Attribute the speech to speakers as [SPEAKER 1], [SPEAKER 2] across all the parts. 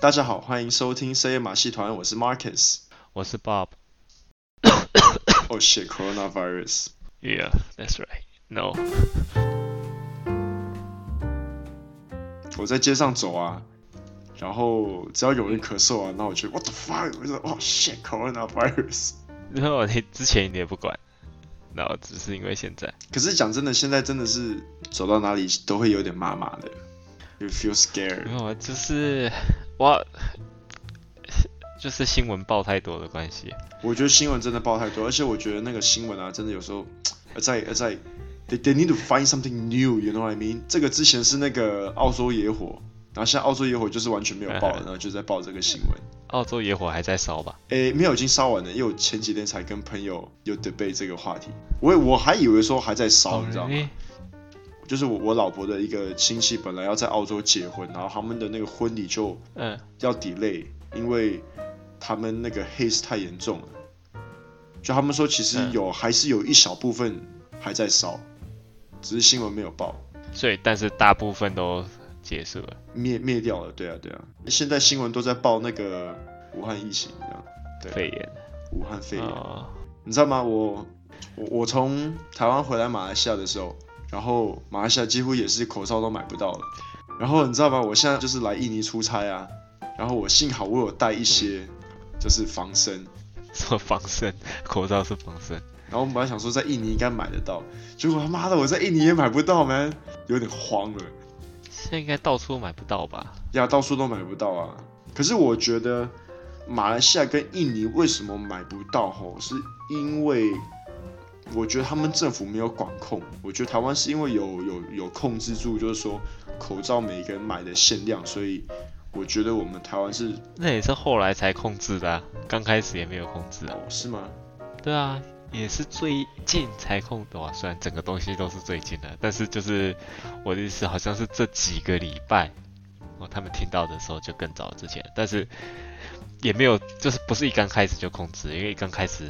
[SPEAKER 1] 大家好，欢迎收听深夜马戏团，我是 Marcus。
[SPEAKER 2] 我是 Bob。
[SPEAKER 1] Oh shit, coronavirus！
[SPEAKER 2] Yeah, that's right. No，
[SPEAKER 1] 我在街上走啊，然后只要有人咳嗽啊，那我就 What the fuck！我就说 Oh shit, coronavirus！
[SPEAKER 2] 然后你之前你也不管，然后只是因为现在，
[SPEAKER 1] 可是讲真的，现在真的是走到哪里都会有点麻麻的，You feel scared。
[SPEAKER 2] 没有啊，就是我就是新闻报太多的关系。
[SPEAKER 1] 我觉得新闻真的报太多，而且我觉得那个新闻啊，真的有时候而在而在 they they need to find something new, you know what I mean？这个之前是那个澳洲野火，然后现在澳洲野火就是完全没有报了，然后就在报这个新闻。
[SPEAKER 2] 澳洲野火还在烧吧？
[SPEAKER 1] 诶，没有，已经烧完了，因为我前几天才跟朋友有 debate 这个话题，我也我还以为说还在烧，你知道吗？
[SPEAKER 2] 诶
[SPEAKER 1] 就是我我老婆的一个亲戚本来要在澳洲结婚，然后他们的那个婚礼就
[SPEAKER 2] 嗯，
[SPEAKER 1] 要 delay，因为他们那个 haze 太严重了，就他们说其实
[SPEAKER 2] 嗯
[SPEAKER 1] 有、还是有一小部分还在烧，只是新闻没有报，
[SPEAKER 2] 所以但是大部分都结束了。
[SPEAKER 1] 灭灭掉了，对啊对啊，现在新闻都在报那个武汉疫情这样，对啊
[SPEAKER 2] 肺炎。
[SPEAKER 1] 武汉肺炎。
[SPEAKER 2] 哦，
[SPEAKER 1] 你知道吗？我我我从台湾回来马来西亚的时候，然后马来西亚几乎也是口罩都买不到了。然后你知道吗？我现在就是来印尼出差啊，然后我幸好我有带一些就是防身，
[SPEAKER 2] 什么防身？口罩是防身。
[SPEAKER 1] 然后我们本来想说在印尼应该买得到，结果他妈的我在印尼也买不到，man，有点慌了。
[SPEAKER 2] 现在应该到处都买不到吧？
[SPEAKER 1] 呀，到处都买不到啊。可是我觉得马来西亚跟印尼为什么买不到吼，是因为我觉得他们政府没有管控。我觉得台湾是因为有有有控制住，就是说口罩每个人买的限量，所以我觉得我们台湾是
[SPEAKER 2] 那也是后来才控制的、啊，刚开始也没有控制啊。
[SPEAKER 1] 哦是吗？
[SPEAKER 2] 对啊，也是最近才控的啊哇，虽然整个东西都是最近的，但是就是我的意思，好像是这几个礼拜，哦，他们听到的时候就更早之前，但是也没有，就是不是一刚开始就控制，因为一刚开始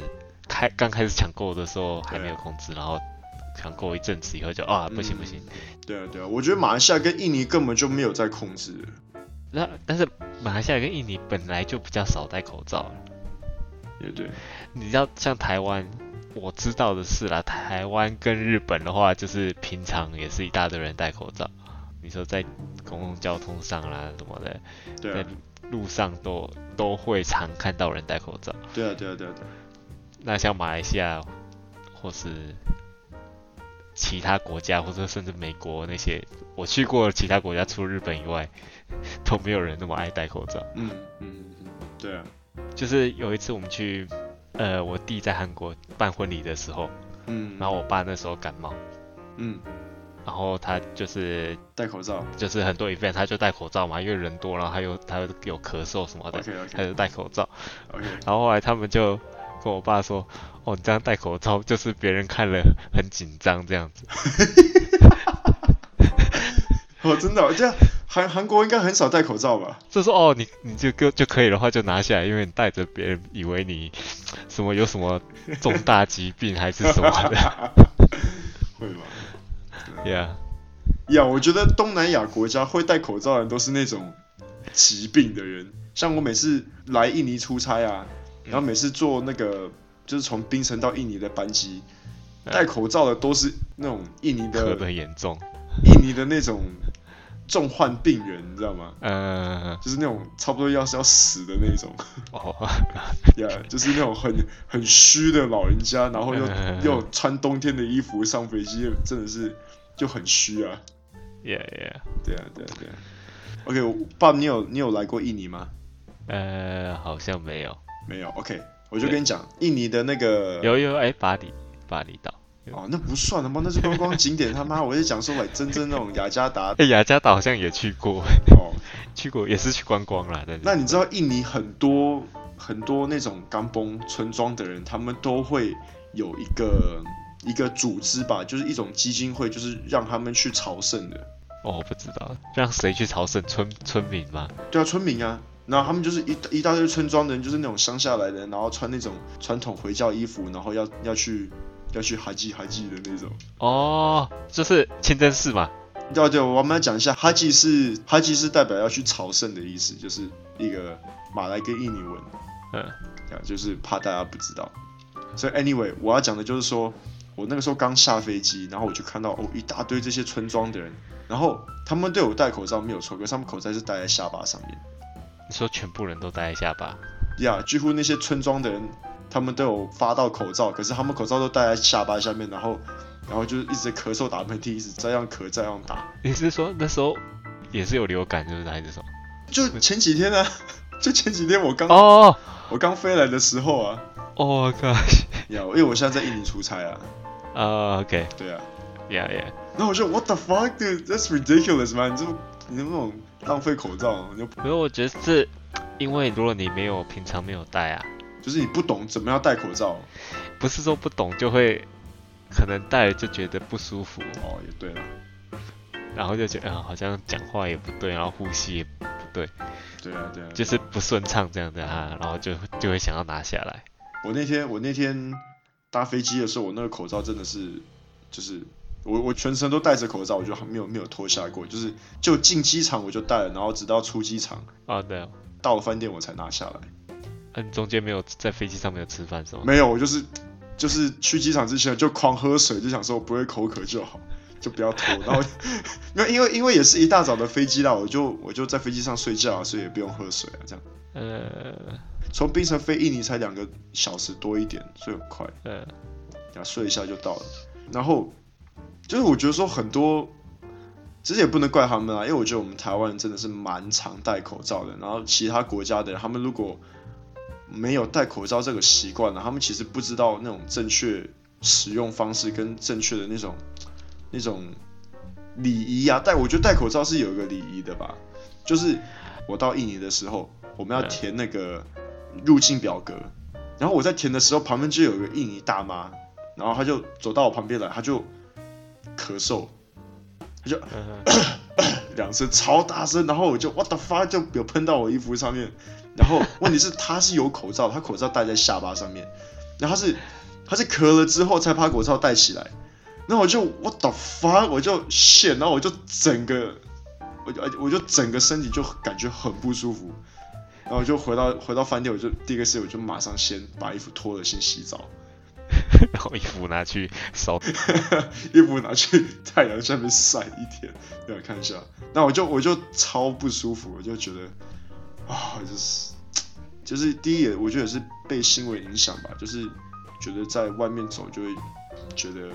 [SPEAKER 2] 开刚开始抢购的时候还没有控制，然后抢购一阵子以后就啊不行不行，
[SPEAKER 1] 对啊对啊，我觉得马来西亚跟印尼根本就没有在控制。
[SPEAKER 2] 那但是马来西亚跟印尼本来就比较少戴口罩了。
[SPEAKER 1] 也对，
[SPEAKER 2] 你知道像台湾，我知道的是啦，台湾跟日本的话，就是平常也是一大堆人戴口罩。你说在公共交通上啦什么的，
[SPEAKER 1] 对
[SPEAKER 2] 在
[SPEAKER 1] 啊，
[SPEAKER 2] 路上都都会常看到人戴口罩。
[SPEAKER 1] 对啊，对啊，对啊，对啊，
[SPEAKER 2] 那像马来西亚或是其他国家，或者甚至美国那些，我去过其他国家，除了日本以外， 都没有人那么爱戴口罩。
[SPEAKER 1] 嗯嗯，嗯对啊，
[SPEAKER 2] 就是有一次我们去，呃，我弟在韩国办婚礼的时候，
[SPEAKER 1] 嗯，
[SPEAKER 2] 然后我爸那时候感冒。
[SPEAKER 1] 嗯，
[SPEAKER 2] 然后他就是
[SPEAKER 1] 戴口罩
[SPEAKER 2] 就是很多 event 他就戴口罩嘛，因为人多，然后他又他又有咳嗽什么的，
[SPEAKER 1] ，OK OK
[SPEAKER 2] 他就戴口罩。
[SPEAKER 1] OK，
[SPEAKER 2] 然后后来他们就跟我爸说：“哦，你这样戴口罩，就是别人看了很紧张这样子。
[SPEAKER 1] 哦，真的哦、这样韩韩国应该很少戴口罩吧？”
[SPEAKER 2] 就说：“哦，你你就就就可以的话就拿下来，因为你戴着别人以为你什么有什么重大疾病还是什么 的
[SPEAKER 1] 会吗？
[SPEAKER 2] ，Yeah。”
[SPEAKER 1] 呀，我觉得东南亚国家会戴口罩的人都是那种疾病的人，像我每次来印尼出差啊，然后每次坐那个就是从槟城到印尼的班机，
[SPEAKER 2] 嗯
[SPEAKER 1] 戴口罩的都是那种印尼
[SPEAKER 2] 咳
[SPEAKER 1] 的
[SPEAKER 2] 得很严重，
[SPEAKER 1] 印尼的那种重患病人，你知道吗？
[SPEAKER 2] 嗯，
[SPEAKER 1] 就是那种差不多要是要死的那种，
[SPEAKER 2] 哦，
[SPEAKER 1] 呀、就是那种很很虚的老人家，然哦 后又
[SPEAKER 2] 嗯
[SPEAKER 1] 又穿冬天的衣服上飞机，真的是就很虚啊。
[SPEAKER 2] ，Yeah Yeah，
[SPEAKER 1] 对啊，对啊，对啊。OK，我爸，你有你有来过印尼吗？
[SPEAKER 2] 呃，好像没有，
[SPEAKER 1] 没有。OK，我就跟你讲，印尼的那个
[SPEAKER 2] 有有，哎，巴黎，巴厘岛。
[SPEAKER 1] 哦，那不算了吗？那是观光景点，他 妈！我是讲说，来真正那种雅加达
[SPEAKER 2] 哎、雅加达好像也去过，
[SPEAKER 1] 哦。
[SPEAKER 2] 去过也是去观光啦，但是
[SPEAKER 1] 那你知道印尼很多很多那种甘崩村庄的人，他们都会有一个一个组织吧，就是一种基金会，就是让他们去朝圣的。
[SPEAKER 2] 哦，我不知道让谁去朝圣，村村民吗？
[SPEAKER 1] 对啊，村民啊，然后他们就是一一大堆村庄的人，就是那种乡下来的人，然后穿那种传统回教衣服，然后要要去要去哈记哈记的那种。
[SPEAKER 2] 哦，就是清真寺嘛，
[SPEAKER 1] 对对，我们要讲一下，哈吉是哈吉是代表要去朝圣的意思，就是一个马来跟印尼文，
[SPEAKER 2] 嗯
[SPEAKER 1] 啊，就是怕大家不知道。所以 anyway，我要讲的就是说，我那个时候刚下飞机，然后我就看到哦一大堆这些村庄的人，然后他们对我戴口罩没有错，可是他们口罩是戴在下巴上面。
[SPEAKER 2] 你说全部人都戴一下吧？
[SPEAKER 1] 呀几乎那些村庄的人，他们都有发到口罩，可是他们口罩都戴在下巴下面，然后，然后就是一直咳嗽、打喷嚏，一直这样咳、这样打。
[SPEAKER 2] 你是说那时候也是有流感，是不是还是什么？
[SPEAKER 1] 就前几天呢、 就前几天我刚、
[SPEAKER 2] 哦
[SPEAKER 1] 我刚飞来的时候啊，
[SPEAKER 2] 哦，靠！
[SPEAKER 1] 呀，因为我现在在印尼出差啊，
[SPEAKER 2] 啊，OK，
[SPEAKER 1] 对啊，
[SPEAKER 2] yeah yeah，
[SPEAKER 1] 那我就 What the fuck, dude? That's ridiculous, man！你这你这种浪费口罩，你就
[SPEAKER 2] 没有，我觉得是因为如果你没有平常没有戴啊，
[SPEAKER 1] 就是你不懂怎么样戴口罩。
[SPEAKER 2] 不是说不懂就会，可能戴了就觉得不舒服，
[SPEAKER 1] 哦，也对了，
[SPEAKER 2] 然后就觉得嗯、好像讲话也不对，然后呼吸也
[SPEAKER 1] 对啊，对啊。
[SPEAKER 2] 就是不顺畅这样的哈、然后就就会想要拿下来。
[SPEAKER 1] 我那天我那天搭飞机的时候，我那个口罩真的是，就是我我全程都戴着口罩，我就没有没有脱下过，就是就进机场我就戴了，然后直到出机场
[SPEAKER 2] 哦，对哦，
[SPEAKER 1] 到了饭店我才拿下来。
[SPEAKER 2] 嗯、你中间没有在飞机上没有吃饭是吗？
[SPEAKER 1] 没有，我就是就是去机场之前就狂喝水，就想说我不会口渴就好，就不要脱。然后 没有，因为因为也是一大早的飞机啦，我就我就在飞机上睡觉啊，所以也不用喝水啊，这样。
[SPEAKER 2] 呃
[SPEAKER 1] 从槟城飞印尼才两个小时多一点，所以很快。
[SPEAKER 2] 呃，
[SPEAKER 1] 然后啊睡一下就到了。然后就是我觉得说很多，其实也不能怪他们啊，因为我觉得我们台湾人真的是蛮常戴口罩的。然后其他国家的人，他们如果没有戴口罩这个习惯呢，他们其实不知道那种正确使用方式跟正确的那种那种礼仪啊。戴我觉得戴口罩是有一个礼仪的吧，就是我到印尼的时候，我们要
[SPEAKER 2] 嗯
[SPEAKER 1] 填那个入境表格。然后我在填的时候，旁边就有一个印尼大妈，然后他就走到我旁边来，他就咳嗽
[SPEAKER 2] 嗯
[SPEAKER 1] 两声，超大声，然后我就 what the fuck 就有喷到我衣服上面，然后问题是他是有口罩，他口罩戴在下巴上面，然后他是他是咳了之后才把口罩戴起来，那我就 what the fuck 我就 shit，然后我就整个我就我就整个身体就感觉很不舒服，然后我就回到回到饭店，我就第一个事情我就马上先把衣服脱了，先洗澡。
[SPEAKER 2] 然后衣服拿去烧，
[SPEAKER 1] 衣服拿去太阳下面晒一天，对，看一下。那我就我就超不舒服，我就觉得啊、就是就是第一也我觉得也是被新闻影响吧，就是觉得在外面走就会觉得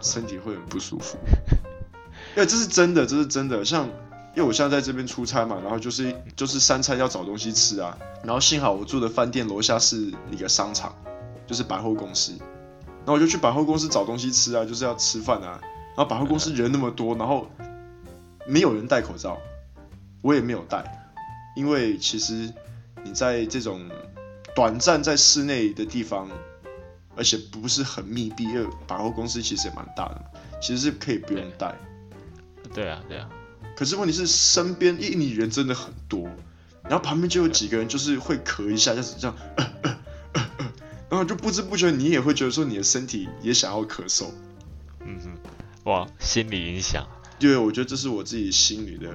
[SPEAKER 1] 身体会很不舒服。因为这是真的，这是真的。像因为我现在在这边出差嘛，然后就是就是三餐要找东西吃啊，然后幸好我住的饭店楼下是一个商场，就是百货公司。然后我就去百货公司找东西吃啊，就是要吃饭啊。然后百货公司人那么多，然后没有人戴口罩，我也没有戴，因为其实你在这种短暂在室内的地方，而且不是很密闭，因为百货公司其实也蛮大的嘛，其实是可以不用戴。
[SPEAKER 2] 对啊对啊，
[SPEAKER 1] 可是问题是，身边印尼人真的很多，然后旁边就有几个人就是会咳一下，就是这样，呃呃呃呃然后就不知不觉你也会觉得说你的身体也想要咳嗽。
[SPEAKER 2] 嗯哼，哇，心理影响，
[SPEAKER 1] 对，我觉得这是我自己心里的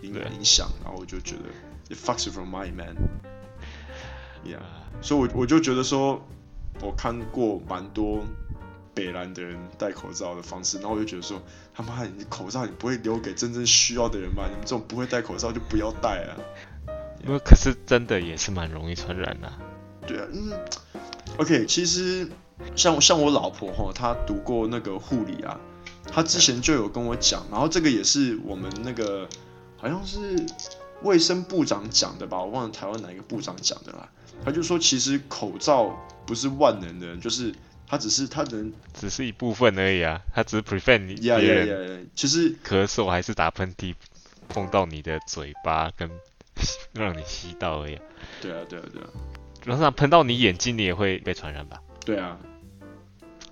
[SPEAKER 1] 影
[SPEAKER 2] 对
[SPEAKER 1] 影响，然后我就觉得 it fucks you from my man。Yeah，
[SPEAKER 2] 啊
[SPEAKER 1] 所以我，我就觉得说，我看过蛮多北兰的人戴口罩的方式，然后我就觉得说，他妈的，你口罩你不会留给真正需要的人吧？你们这种不会戴口罩就不要戴啊。
[SPEAKER 2] 因为可是真的也是蛮容易传染的、
[SPEAKER 1] 对啊，嗯，OK，其实像像我老婆哈，她读过那个护理啊，她之前就有跟我讲，然后这个也是我们那个好像是卫生部长讲的吧，我忘了台湾哪一个部长讲的啦。他就说，其实口罩不是万能的，就是它只是它能
[SPEAKER 2] 只是一部分而已啊，它只是 prevent 你别
[SPEAKER 1] 呀呀
[SPEAKER 2] 人
[SPEAKER 1] 呀，其实
[SPEAKER 2] 咳嗽还是打喷嚏碰到你的嘴巴跟让你吸到而已啊、
[SPEAKER 1] 对啊对啊对啊
[SPEAKER 2] 就算喷到你眼睛，你也会被传染吧？
[SPEAKER 1] 对啊，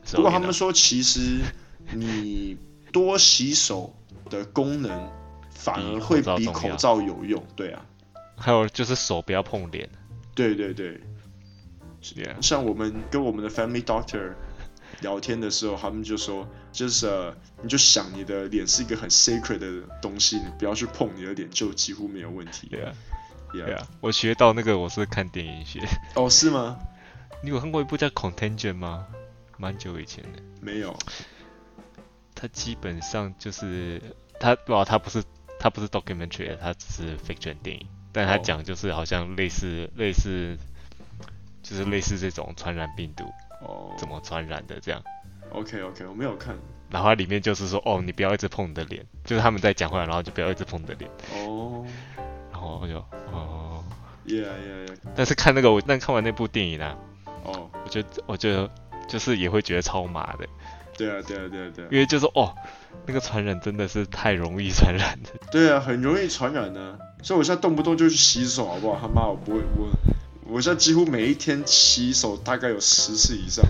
[SPEAKER 2] 所
[SPEAKER 1] 不过
[SPEAKER 2] 以
[SPEAKER 1] 他们说，其实你多洗手的功能反而会比
[SPEAKER 2] 比
[SPEAKER 1] 口
[SPEAKER 2] 口
[SPEAKER 1] 罩有用，对啊。
[SPEAKER 2] 还有就是手不要碰脸，
[SPEAKER 1] 对对对，像我们跟我们的 family doctor 聊天的时候，他们就说，就是呃，你就想你的脸是一个很 sacred 的东西，你不要去碰你的脸，就几乎没有问题。
[SPEAKER 2] 对啊，对
[SPEAKER 1] Yeah，
[SPEAKER 2] 啊，我学到那个我是看电影学。
[SPEAKER 1] 哦，是吗？
[SPEAKER 2] 你有看过一部叫《Contagion》吗？蛮久以前的。
[SPEAKER 1] 没有，
[SPEAKER 2] 它基本上就是它，哇，它不是它不是 documentary，它只是 fiction 电影，但它
[SPEAKER 1] 哦
[SPEAKER 2] 讲就是好像类似类似，就是类似这种传染病毒
[SPEAKER 1] 哦
[SPEAKER 2] 怎么传染的这样。
[SPEAKER 1] ，OK OK，我没有看。
[SPEAKER 2] 然后它里面就是说，哦，你不要一直碰你的脸，就是他们在讲话，然后就不要一直碰你的脸。
[SPEAKER 1] 哦
[SPEAKER 2] 然后我就哦，
[SPEAKER 1] ，Yeah Yeah Yeah，
[SPEAKER 2] 但是看那个我，但看完那部电影啊，
[SPEAKER 1] 哦，
[SPEAKER 2] 我觉得我觉得就是也会觉得超麻的，
[SPEAKER 1] 对啊对啊对啊对啊
[SPEAKER 2] 因，为就是哦，那个传染真的是太容易传染了。
[SPEAKER 1] 对啊，很容易传染呢、所以我现在动不动就去洗手，好不好？他妈，我不会，我我现在几乎每一天洗手大概有十次以上，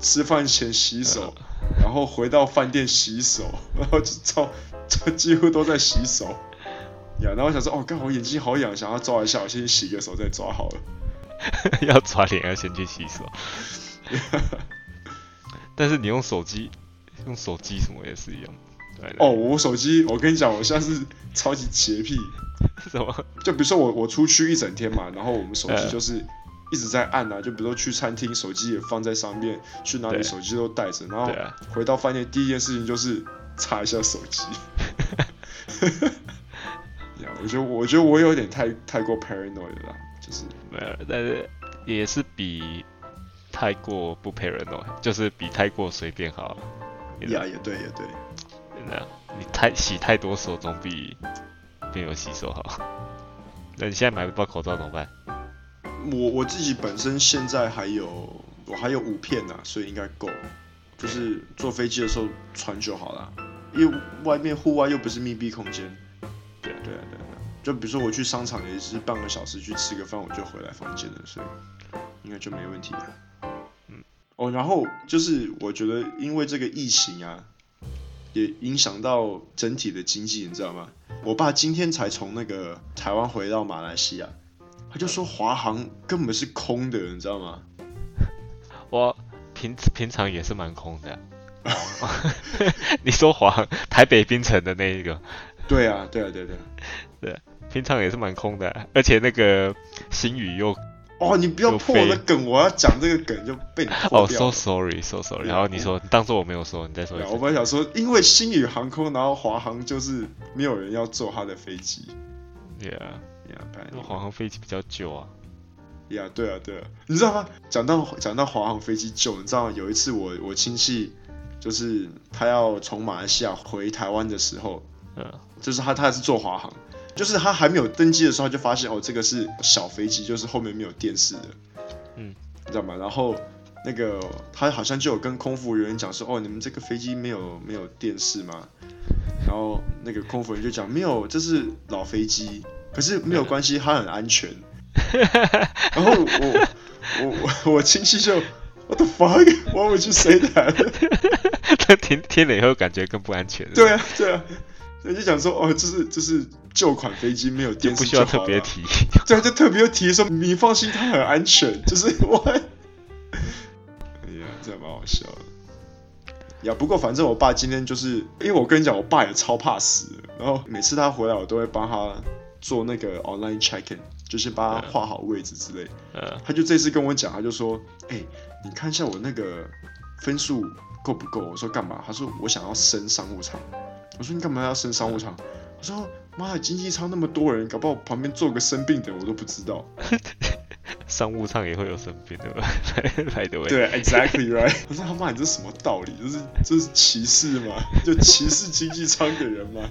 [SPEAKER 1] 吃饭前洗手，然后回到饭店洗手，然 后就超，这几乎都在洗手。呀，然后我想说，哦，刚好眼睛好痒，想要抓一下，我先去洗个手再抓好了。
[SPEAKER 2] 要抓脸要先去洗手。但是你用手机，用手机什么也是一样。对啊
[SPEAKER 1] 哦，，我手机，我跟你讲，我现在是超级洁癖，
[SPEAKER 2] 对什么？
[SPEAKER 1] 就比如说我我出去一整天嘛，然后我们手机
[SPEAKER 2] 呃
[SPEAKER 1] 就是一直在按啊，就比如说去餐厅，手机也放在上面，去哪里
[SPEAKER 2] 对
[SPEAKER 1] 手机都带着，然后
[SPEAKER 2] 对啊，
[SPEAKER 1] 回到饭店第一件事情就是查一下手 机。 呀我觉得我觉得我有点太太过 paranoid 了啦，就是
[SPEAKER 2] 没有，啊但是也是比太过不 paranoid，就是比太过随便好了。真
[SPEAKER 1] 呀
[SPEAKER 2] 的
[SPEAKER 1] 也对也对，
[SPEAKER 2] 真的，你太洗太多手总比没有洗手好。那你现在买不到口罩怎么办？
[SPEAKER 1] 我我自己本身现在还有我还有五片呢、所以应该够，就是坐飞机的时候穿就好啦，因为外面户外又不是密闭空间。
[SPEAKER 2] 对啊
[SPEAKER 1] 对啊对啊，对啊就比如说我去商场也是半个小时去吃个饭，我就回来房间了，所以应该就没问题了。嗯，哦，然后就是我觉得因为这个疫情啊，也影响到整体的经济，你知道吗？我爸今天才从那个台湾回到马来西亚，他就说华航根本是空的，你知道吗？
[SPEAKER 2] 我平平常也是蛮空的啊、 你说华航台北槟城的那一个，
[SPEAKER 1] 对啊，对啊，对啊对啊。
[SPEAKER 2] 平常也是蛮空的啊、而且那个新宇又
[SPEAKER 1] 哦，你不要
[SPEAKER 2] 有
[SPEAKER 1] 破我的
[SPEAKER 2] 飞
[SPEAKER 1] 梗，我要讲这个梗就 被你破
[SPEAKER 2] 哦
[SPEAKER 1] 掉
[SPEAKER 2] ，so
[SPEAKER 1] 了。
[SPEAKER 2] sorry，so sorry，
[SPEAKER 1] 对啊
[SPEAKER 2] 然后你说当做我没有说，你再说一
[SPEAKER 1] 对啊我
[SPEAKER 2] 次，
[SPEAKER 1] 本来想说，因为星宇航空，然后华航就是没有人要坐他的飞机。
[SPEAKER 2] yeah，
[SPEAKER 1] 呀，反
[SPEAKER 2] 因为
[SPEAKER 1] 正
[SPEAKER 2] 华航飞机比较旧啊，
[SPEAKER 1] 呀，对啊，对啊，你知道吗？讲到讲到华航飞机旧，你知道吗？有一次我我亲戚就是他要从马来西亚回台湾的时候，
[SPEAKER 2] 嗯，
[SPEAKER 1] 就是他他也是坐华航，就是他还没有登机的时候，他就发现哦，这个是小飞机，就是后面没有电视的，
[SPEAKER 2] 嗯，
[SPEAKER 1] 你知道吗？然后那个他好像就有跟空服人员讲说，哦，你们这个飞机没有没有电视吗？然后那个空服人就讲没有，这是老飞机，可是没有关系，它很安全。然后我我我我亲戚就 What the fuck? Why would you say that?
[SPEAKER 2] 听听了以后感觉更不安全，
[SPEAKER 1] 对，啊，对啊，所以就讲说，哦，就是就是旧款飞机没有
[SPEAKER 2] 就
[SPEAKER 1] 电
[SPEAKER 2] 不
[SPEAKER 1] 视
[SPEAKER 2] 需要
[SPEAKER 1] 就好
[SPEAKER 2] 特别
[SPEAKER 1] 了，
[SPEAKER 2] 提，
[SPEAKER 1] 对啊，就特别提说，你放心，它很安全， 就是我，哎呀，这蛮好笑的。呀，不过反正我爸今天就是，因为我跟你讲，我爸也超怕死的，然后每次他回来，我都会帮他做那个 online check in，就是帮
[SPEAKER 2] 啊
[SPEAKER 1] 他画好位置之类的。
[SPEAKER 2] 嗯，
[SPEAKER 1] 他就这次跟我讲，他就说：“哎、你看一下我那个分数够不够？”我说：“干嘛？”他说：“我想要升商务舱。”我说：“你干嘛要升商务舱？”他说：“妈的，经济舱那么多人，搞不好旁边坐个生病的人我都不知道。
[SPEAKER 2] 商务舱也会有生病的吧， 来的”喂，
[SPEAKER 1] 对，exactly right。我 说：“他妈，你这什么道理？这是这是歧视吗？就歧视经济舱的人吗？”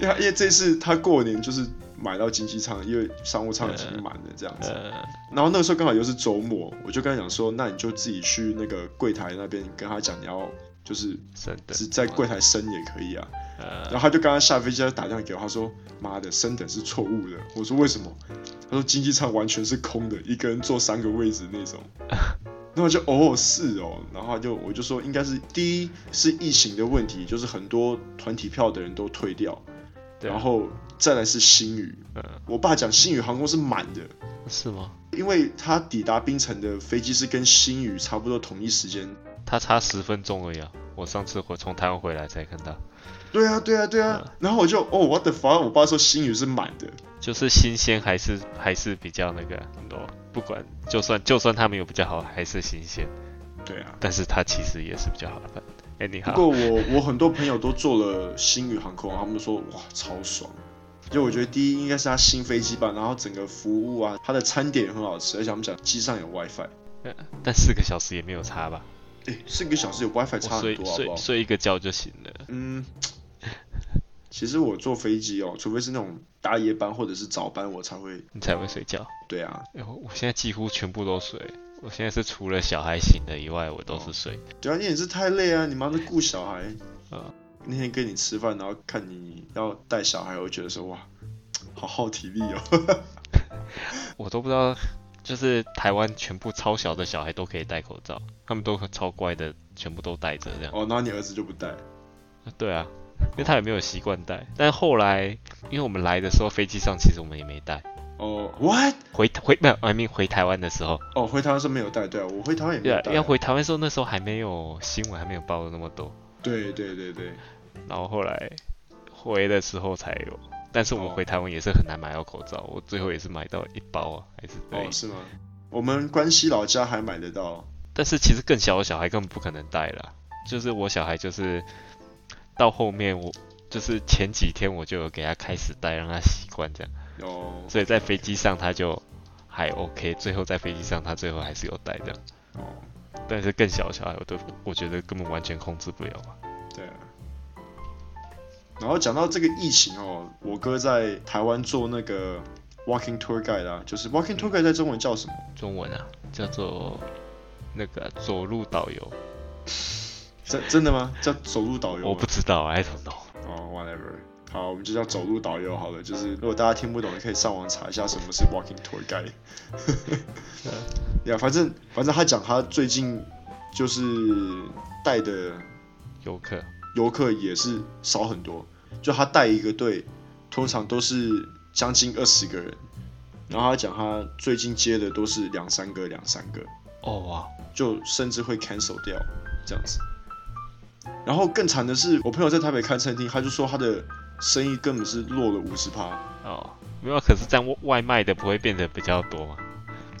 [SPEAKER 1] 因为他因为这次他过年就是买到经济舱，因为商务舱已经满了这样子。
[SPEAKER 2] 呃，
[SPEAKER 1] 然后那个时候刚好又是周末，我就跟他讲说，那你就自己去那个柜台那边跟他讲，你要就是
[SPEAKER 2] 真的，
[SPEAKER 1] 只在柜台升也可以啊。然
[SPEAKER 2] 呃，
[SPEAKER 1] 后他就刚刚下飞机，他打电话给我，他说：“妈的，升等是错误的。”我说：“为什么？”他说：“经济舱完全是空的，一个人坐三个位置那种。”然后我就哦是哦，然后他就我就说应该是第一是疫情的问题，就是很多团体票的人都退掉，
[SPEAKER 2] 对啊
[SPEAKER 1] 然后再来是新宇，
[SPEAKER 2] 嗯，
[SPEAKER 1] 我爸讲新宇航空是满的，
[SPEAKER 2] 是吗？
[SPEAKER 1] 因为他抵达槟城的飞机是跟新宇差不多同一时间，
[SPEAKER 2] 它差十分钟而已啊！我上次回从台湾回来才看到，
[SPEAKER 1] 对啊，对啊，对啊。然后我就哦，what the fuck！我爸说新宇是满的，
[SPEAKER 2] 就是新鲜还是还是比较那个，你懂吗？不管就算就算它没有比较好，还是新鲜，
[SPEAKER 1] 对啊。
[SPEAKER 2] 但是它其实也是比较好的饭。哎、你
[SPEAKER 1] 不
[SPEAKER 2] 好，
[SPEAKER 1] 过我我很多朋友都坐了星宇航空，他们都说哇超爽。就我觉得第一应该是他新飞机吧，然后整个服务啊，他的餐点也很好吃，而且他们讲机上有 WiFi，
[SPEAKER 2] 但四个小时也没有差吧？
[SPEAKER 1] 哎，四个小时有 WiFi
[SPEAKER 2] 我
[SPEAKER 1] 差很
[SPEAKER 2] 睡
[SPEAKER 1] 多好不
[SPEAKER 2] 睡
[SPEAKER 1] 好？
[SPEAKER 2] 睡一个觉就行了。
[SPEAKER 1] 嗯，其实我坐飞机哦，除非是那种大夜班或者是早班，我才会。
[SPEAKER 2] 你才会睡觉。
[SPEAKER 1] 对啊，
[SPEAKER 2] 哎、我我现在几乎全部都睡，我现在是除了小孩醒了以外，我都是睡。
[SPEAKER 1] 对啊，你也是太累啊，你妈在顾小孩。
[SPEAKER 2] 啊
[SPEAKER 1] 那天跟你吃饭，然后看你要带小孩，我觉得说哇，好耗体力哦。
[SPEAKER 2] 我都不知道，就是台湾全部超小的小孩都可以戴口罩，他们都超乖的，全部都戴着这样。
[SPEAKER 1] 哦，然后你儿子就不带。
[SPEAKER 2] 对啊，因为他也没有习惯戴。但后来，因为我们来的时候飞机上其实我们也没戴，
[SPEAKER 1] 哦，what？
[SPEAKER 2] 回回没有，I mean 回台湾的时候，
[SPEAKER 1] 哦，回台湾是没有带，对啊，我回台湾也没
[SPEAKER 2] 对
[SPEAKER 1] 有
[SPEAKER 2] 啊，
[SPEAKER 1] 带、
[SPEAKER 2] 要回台湾的时候那时候还没有新闻还没有报的那么多，
[SPEAKER 1] 对对对对，哦
[SPEAKER 2] 然后后来回的时候才有。但是我们
[SPEAKER 1] 哦
[SPEAKER 2] 回台湾也是很难买到口罩，我最后也是买到一包啊，还是对。
[SPEAKER 1] 哦，是吗？我们关西老家还买得到。
[SPEAKER 2] 但是其实更小的小孩根本不可能戴了，就是我小孩就是到后面我就是前几天我就有给他开始戴，让他习惯这样，
[SPEAKER 1] 哦
[SPEAKER 2] 所以在飞机上他就还 OK，最后在飞机上他最后还是有戴这样，
[SPEAKER 1] 哦，
[SPEAKER 2] 但是更小的小孩我都我觉得根本完全控制不了吧。
[SPEAKER 1] 对啊。然后讲到这个疫情哦，我哥在台湾做那个 walking tour guide 啊，就是 walking tour guide 在中文叫什么？
[SPEAKER 2] 中文啊，叫做那个走路导游，
[SPEAKER 1] 真真的吗？叫走路导游吗？
[SPEAKER 2] 我不知道，I don't know。
[SPEAKER 1] 哦、w h a t e v e r 好，我们就叫走路导游好了。就是如果大家听不懂，可以上网查一下什么是 walking tour guide。呀、反正反正他讲他最近就是带的
[SPEAKER 2] 游客
[SPEAKER 1] 游客也是少很多，就他带一个队，通常都是将近二十个人。然后他讲他最近接的都是两三个，两三个。
[SPEAKER 2] 哦哇，
[SPEAKER 1] 就甚至会 cancel 掉这样子。然后更惨的是，我朋友在台北开餐厅，他就说他的生意根本是落了五十趴。
[SPEAKER 2] 哦，没有，可是这样外外卖的不会变得比较多吗？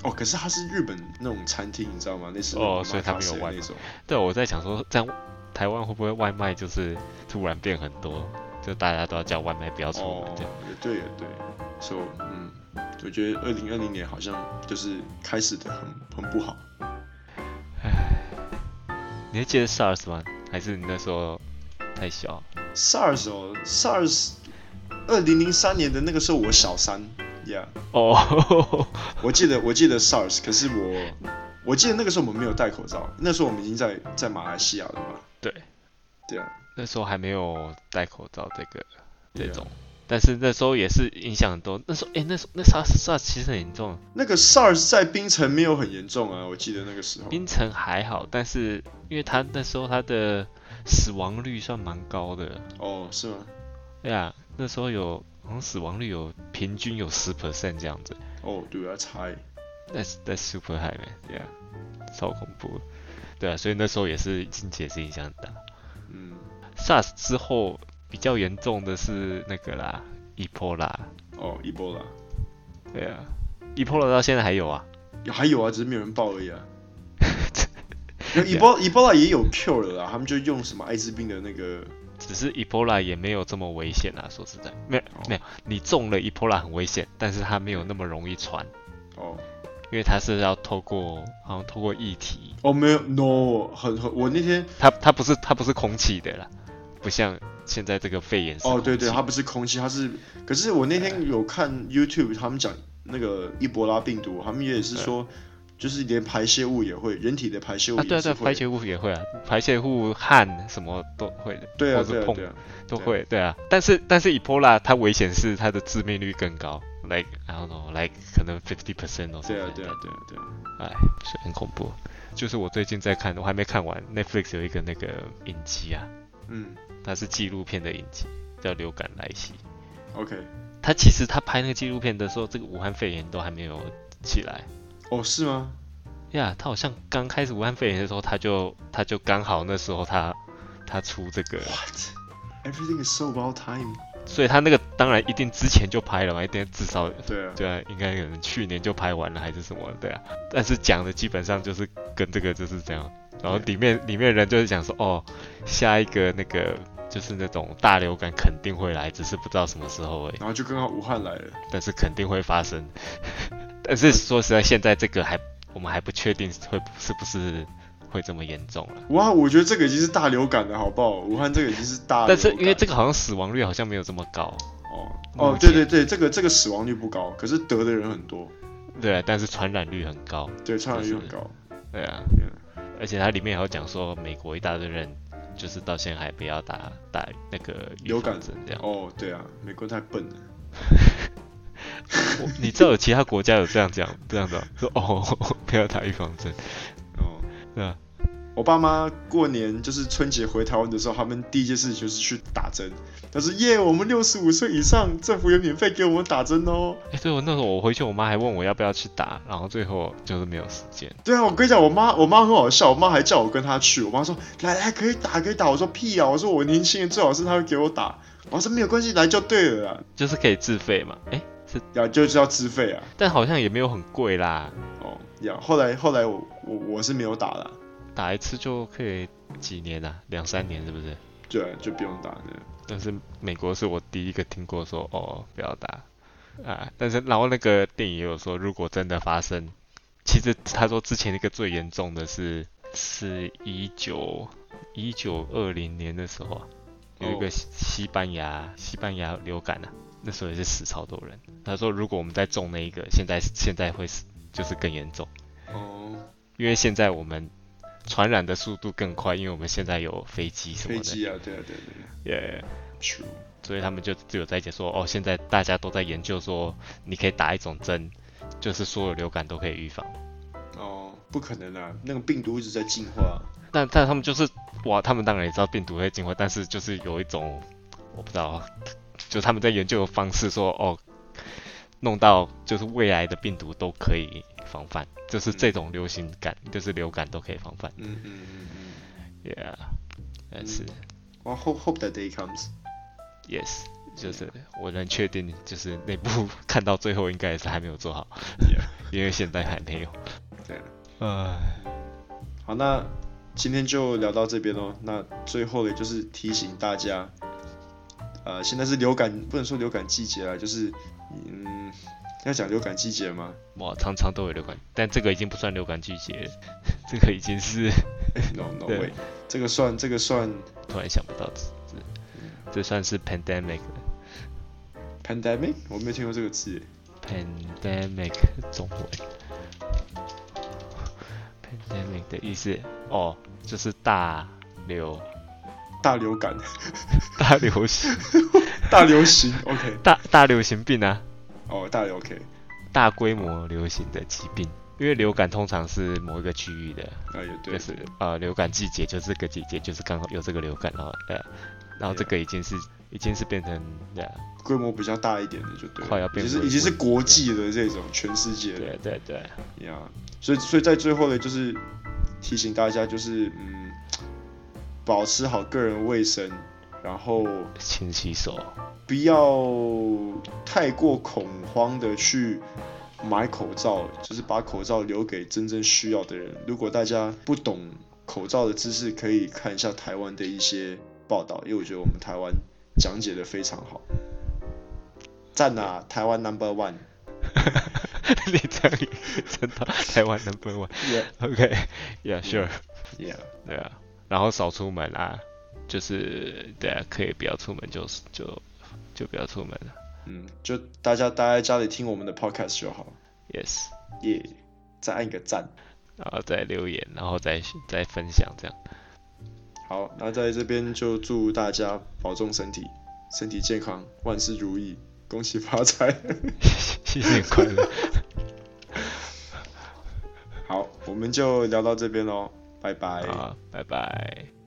[SPEAKER 1] 哦，可是他是日本那种餐厅，你知道吗？那是
[SPEAKER 2] 哦所以他没
[SPEAKER 1] 们
[SPEAKER 2] 有外卖
[SPEAKER 1] 啊那种。
[SPEAKER 2] 对，我在想说，这样台湾会不会外卖就是突然变很多，就大家都要叫外卖，不要出
[SPEAKER 1] 哦
[SPEAKER 2] 门这样。，
[SPEAKER 1] 也对也对，所以嗯，我觉得二零二零年好像就是开始的很很不好。
[SPEAKER 2] 你还记得 SARS 吗？还是你那时候太小？
[SPEAKER 1] SARS 哦，SARS，二零零三年的那个时候我小三，Yeah。
[SPEAKER 2] 哦，
[SPEAKER 1] 我记得我记得 SARS，可是我我记得那个时候我们没有戴口罩，那时候我们已经在在马来西亚了嘛。
[SPEAKER 2] 对，
[SPEAKER 1] 对啊，
[SPEAKER 2] 那时候还没有戴口罩这个这
[SPEAKER 1] 对啊
[SPEAKER 2] 种。但是那时候也是影响很多，那时候诶，那时候那 SARS SARS 其实很严重，
[SPEAKER 1] 那个 SARS 在槟城没有很严重啊，我记得那个时候。
[SPEAKER 2] 槟城还好，但是因为他那时候他的死亡率算蛮高的，
[SPEAKER 1] 哦，是吗？
[SPEAKER 2] 对啊，那时候有好像死亡率有平均有十 percent 这样子，
[SPEAKER 1] 哦，对啊，猜。
[SPEAKER 2] That's that's super high man, yeah，超恐怖的。对啊，所以那时候也是经济也是影响很大。
[SPEAKER 1] 嗯，
[SPEAKER 2] SARS 之后比较严重的是那个啦，Ebola。
[SPEAKER 1] 哦，Ebola
[SPEAKER 2] 对啊，Ebola 到现在还有啊。
[SPEAKER 1] 有还有啊，只是没有人报而已啊。有 Ebola Ebola 也有 cure 了啦，他们就用什么艾滋病的那个
[SPEAKER 2] 只是 Ebola 也没有这么危险啊，说实在，没有
[SPEAKER 1] 哦
[SPEAKER 2] 没有，你中了 Ebola 很危险，但是它没有那么容易传，
[SPEAKER 1] 哦
[SPEAKER 2] 因为它是要透过好像透过液体，
[SPEAKER 1] 哦没有 no 很很我那天
[SPEAKER 2] 它它不是它不是空气的啦，不像现在这个肺炎是
[SPEAKER 1] 哦，对对，
[SPEAKER 2] 空气
[SPEAKER 1] 它不是空气，它是。可是我那
[SPEAKER 2] 哎
[SPEAKER 1] 天有看 YouTube，他们讲那个伊波拉病毒，他们也是说，就是连排泄物也会，人体的排泄物
[SPEAKER 2] 啊，对
[SPEAKER 1] 也
[SPEAKER 2] 啊，对
[SPEAKER 1] 是
[SPEAKER 2] 啊，排
[SPEAKER 1] 会。
[SPEAKER 2] 泄物也会啊，排泄物汗什么都会的，
[SPEAKER 1] 对啊，
[SPEAKER 2] 或
[SPEAKER 1] 对
[SPEAKER 2] 者
[SPEAKER 1] 啊，
[SPEAKER 2] 碰
[SPEAKER 1] 对啊。
[SPEAKER 2] 都
[SPEAKER 1] 对啊
[SPEAKER 2] 会，对啊。但是但是 Ebola 它危险是它的致命率更高，like I don't know，like 可能 fifty percent 哦，
[SPEAKER 1] 对啊，对啊，对啊，对啊。
[SPEAKER 2] 哎，所以很恐怖。就是我最近在看，我还没看完 Netflix 有一个那个影集啊，
[SPEAKER 1] 嗯
[SPEAKER 2] 它是纪录片的影集，叫《流感来袭》。
[SPEAKER 1] ，OK。
[SPEAKER 2] 它其实它拍那个纪录片的时候，这个武汉肺炎都还没有起来。
[SPEAKER 1] 哦，是吗？
[SPEAKER 2] 呀他好像刚开始武汉肺炎的时候，他就他就刚好那时候他他出这个，
[SPEAKER 1] What? Everything is so well timed.
[SPEAKER 2] 所以他那个当然一定之前就拍了嘛，一定至少
[SPEAKER 1] 对啊，
[SPEAKER 2] 对啊，应该可能去年就拍完了还是什么，对啊。但是讲的基本上就是跟这个就是这样，然后
[SPEAKER 1] 对
[SPEAKER 2] 里面里面人就是讲说，哦，下一个那个就是那种大流感肯定会来，只是不知道什么时候而已，
[SPEAKER 1] 然后就刚好武汉来了。
[SPEAKER 2] 但是肯定会发生。 但是说实在，现在这个还我们还不确定会是不是会这么严重了。
[SPEAKER 1] 哇，我觉得这个已经是大流感了，好不好？武汉这个已经是大流
[SPEAKER 2] 但
[SPEAKER 1] 感，
[SPEAKER 2] 是因为这个好嗯像死亡率好像没有这么高，
[SPEAKER 1] 哦
[SPEAKER 2] 目
[SPEAKER 1] 哦，
[SPEAKER 2] 前
[SPEAKER 1] 对对对，这个这个死亡率不高，可是得的人很多，
[SPEAKER 2] 对啊，但是传染率很高，
[SPEAKER 1] 对，传染率很高。
[SPEAKER 2] 对啊
[SPEAKER 1] 对啊。
[SPEAKER 2] 而且它里面还有讲说，美国一大堆人就是到现在还不要打打那个预
[SPEAKER 1] 流
[SPEAKER 2] 防
[SPEAKER 1] 感
[SPEAKER 2] 针 这样。
[SPEAKER 1] 哦，对啊，美国太笨了。
[SPEAKER 2] 我你知道有其他国家有这样讲这样的 哦说哦不要打预防针，
[SPEAKER 1] 哦，
[SPEAKER 2] 对啊，
[SPEAKER 1] 我爸妈过年就是春节回台湾的时候，他们第一件事情就是去打针。他说：“耶，我们六十五岁以上，政府有免费给我们打针哦。
[SPEAKER 2] 哎、对我那时候我回去，我妈还问我要不要去打，然后最后就是没有时间。”
[SPEAKER 1] 对啊，我跟你讲，我妈我妈很好笑，我妈还叫我跟她去。我妈说：“来来，可以打，可以打。”我说：“屁啊！”我说：“我年轻人最好是她会给我打。”我说：“没有关系，来就对了啦。
[SPEAKER 2] 就是可以自费嘛，哎、”
[SPEAKER 1] 然后就是要自费啊。
[SPEAKER 2] 但好像也没有很贵啦，
[SPEAKER 1] 哦，呀，后来后来我我我是没有打了，
[SPEAKER 2] 打一次就可以几年啊，两三年是不是？
[SPEAKER 1] 对，就不用打了。
[SPEAKER 2] 但是美国是我第一个听过说哦不要打啊，但是然后那个电影也有说，如果真的发生，其实他说之前那个最严重的是是一九一九二零年的时候啊，有一个
[SPEAKER 1] 哦
[SPEAKER 2] 西西班牙西班牙流感啊，那时候也是死超多人。他说如果我们再中那一个，现在现在会死就是更严重，
[SPEAKER 1] 哦，
[SPEAKER 2] 因为现在我们传染的速度更快，因为我们现在有飞机什么
[SPEAKER 1] 飞
[SPEAKER 2] 的，
[SPEAKER 1] 机啊，对啊对啊对啊
[SPEAKER 2] 耶。
[SPEAKER 1] ，true，
[SPEAKER 2] 所以他们就只有在一起说，哦，现在大家都在研究说，你可以打一种针，就是所有流感都可以预防。
[SPEAKER 1] 哦，不可能啊，那个病毒一直在进化。
[SPEAKER 2] 但但他们就是，哇，他们当然也知道病毒会进化，但是就是有一种，我不知道，就他们在研究的方式说，哦，弄到就是未来的病毒都可以防范，就是这种流行感，就是流感都可以防范。
[SPEAKER 1] 嗯嗯嗯嗯。
[SPEAKER 2] Yeah，但是、
[SPEAKER 1] 哇，hope hope that day comes。
[SPEAKER 2] yes，就是我能确定，就是那部看到最后应该也是还没有做好
[SPEAKER 1] Yeah
[SPEAKER 2] 因为现在还没有。
[SPEAKER 1] 对啊。
[SPEAKER 2] 唉，
[SPEAKER 1] 好，那今天就聊到这边喽。那最后的就是提醒大家，呃，现在是流感，不能说流感季节啦，就是嗯，要讲流感季节吗？
[SPEAKER 2] 哇，常常都有流感，但这个已经不算流感季节了，这个已经是
[SPEAKER 1] 哎 no no
[SPEAKER 2] 对
[SPEAKER 1] way，这个算这个算
[SPEAKER 2] 突然想不到这这这算是 pandemic 了
[SPEAKER 1] pandemic，我没有听过这个词耶。
[SPEAKER 2] pandemic 中文 pandemic 的意思哦，就是大流
[SPEAKER 1] 大流感，
[SPEAKER 2] 大流行
[SPEAKER 1] 大流行，OK，
[SPEAKER 2] 大大流行病啊，
[SPEAKER 1] 哦，大流 OK，
[SPEAKER 2] 大规模流行的疾病。因为流感通常是某一个区域的，
[SPEAKER 1] 啊也对
[SPEAKER 2] 就，是呃流感季节，就是这个季节，就是刚好有这个流感，然后呃，然后这个已经是已经是变成对啊
[SPEAKER 1] 规模比较大一点的就对了，
[SPEAKER 2] 快要变
[SPEAKER 1] 已经是
[SPEAKER 2] 为
[SPEAKER 1] 已经是
[SPEAKER 2] 为
[SPEAKER 1] 国际的这种，全世界的
[SPEAKER 2] 对对对，
[SPEAKER 1] 呀所以所以在最后呢，就是嗯提醒大家，就是嗯，保持好个人卫生，然后
[SPEAKER 2] 勤洗手，
[SPEAKER 1] 不要太过恐慌的去买口罩，就是把口罩留给真正需要的人。如果大家不懂口罩的知识，可以看一下台湾的一些报道，因为我觉得我们台湾讲解的非常好。赞啊，台湾 Number One！
[SPEAKER 2] 你这样也真的台湾 number
[SPEAKER 1] Yeah.
[SPEAKER 2] one，OK，Yeah sure，
[SPEAKER 1] Yeah，
[SPEAKER 2] 对啊，然后少出门啦，就是对啊，可以不要出门就就就不要出门了
[SPEAKER 1] 嗯，就大家待在家里听我们的 Podcast 就好。
[SPEAKER 2] ，Yes，
[SPEAKER 1] 耶、再按个赞。
[SPEAKER 2] 然后再留言，然后再再分享这样，
[SPEAKER 1] 好，那在这边就祝大家保重身体，身体健康，万事如意，恭喜发财。
[SPEAKER 2] 新年快乐，
[SPEAKER 1] 好，我们就聊到这边喽，拜拜。
[SPEAKER 2] 好，拜拜。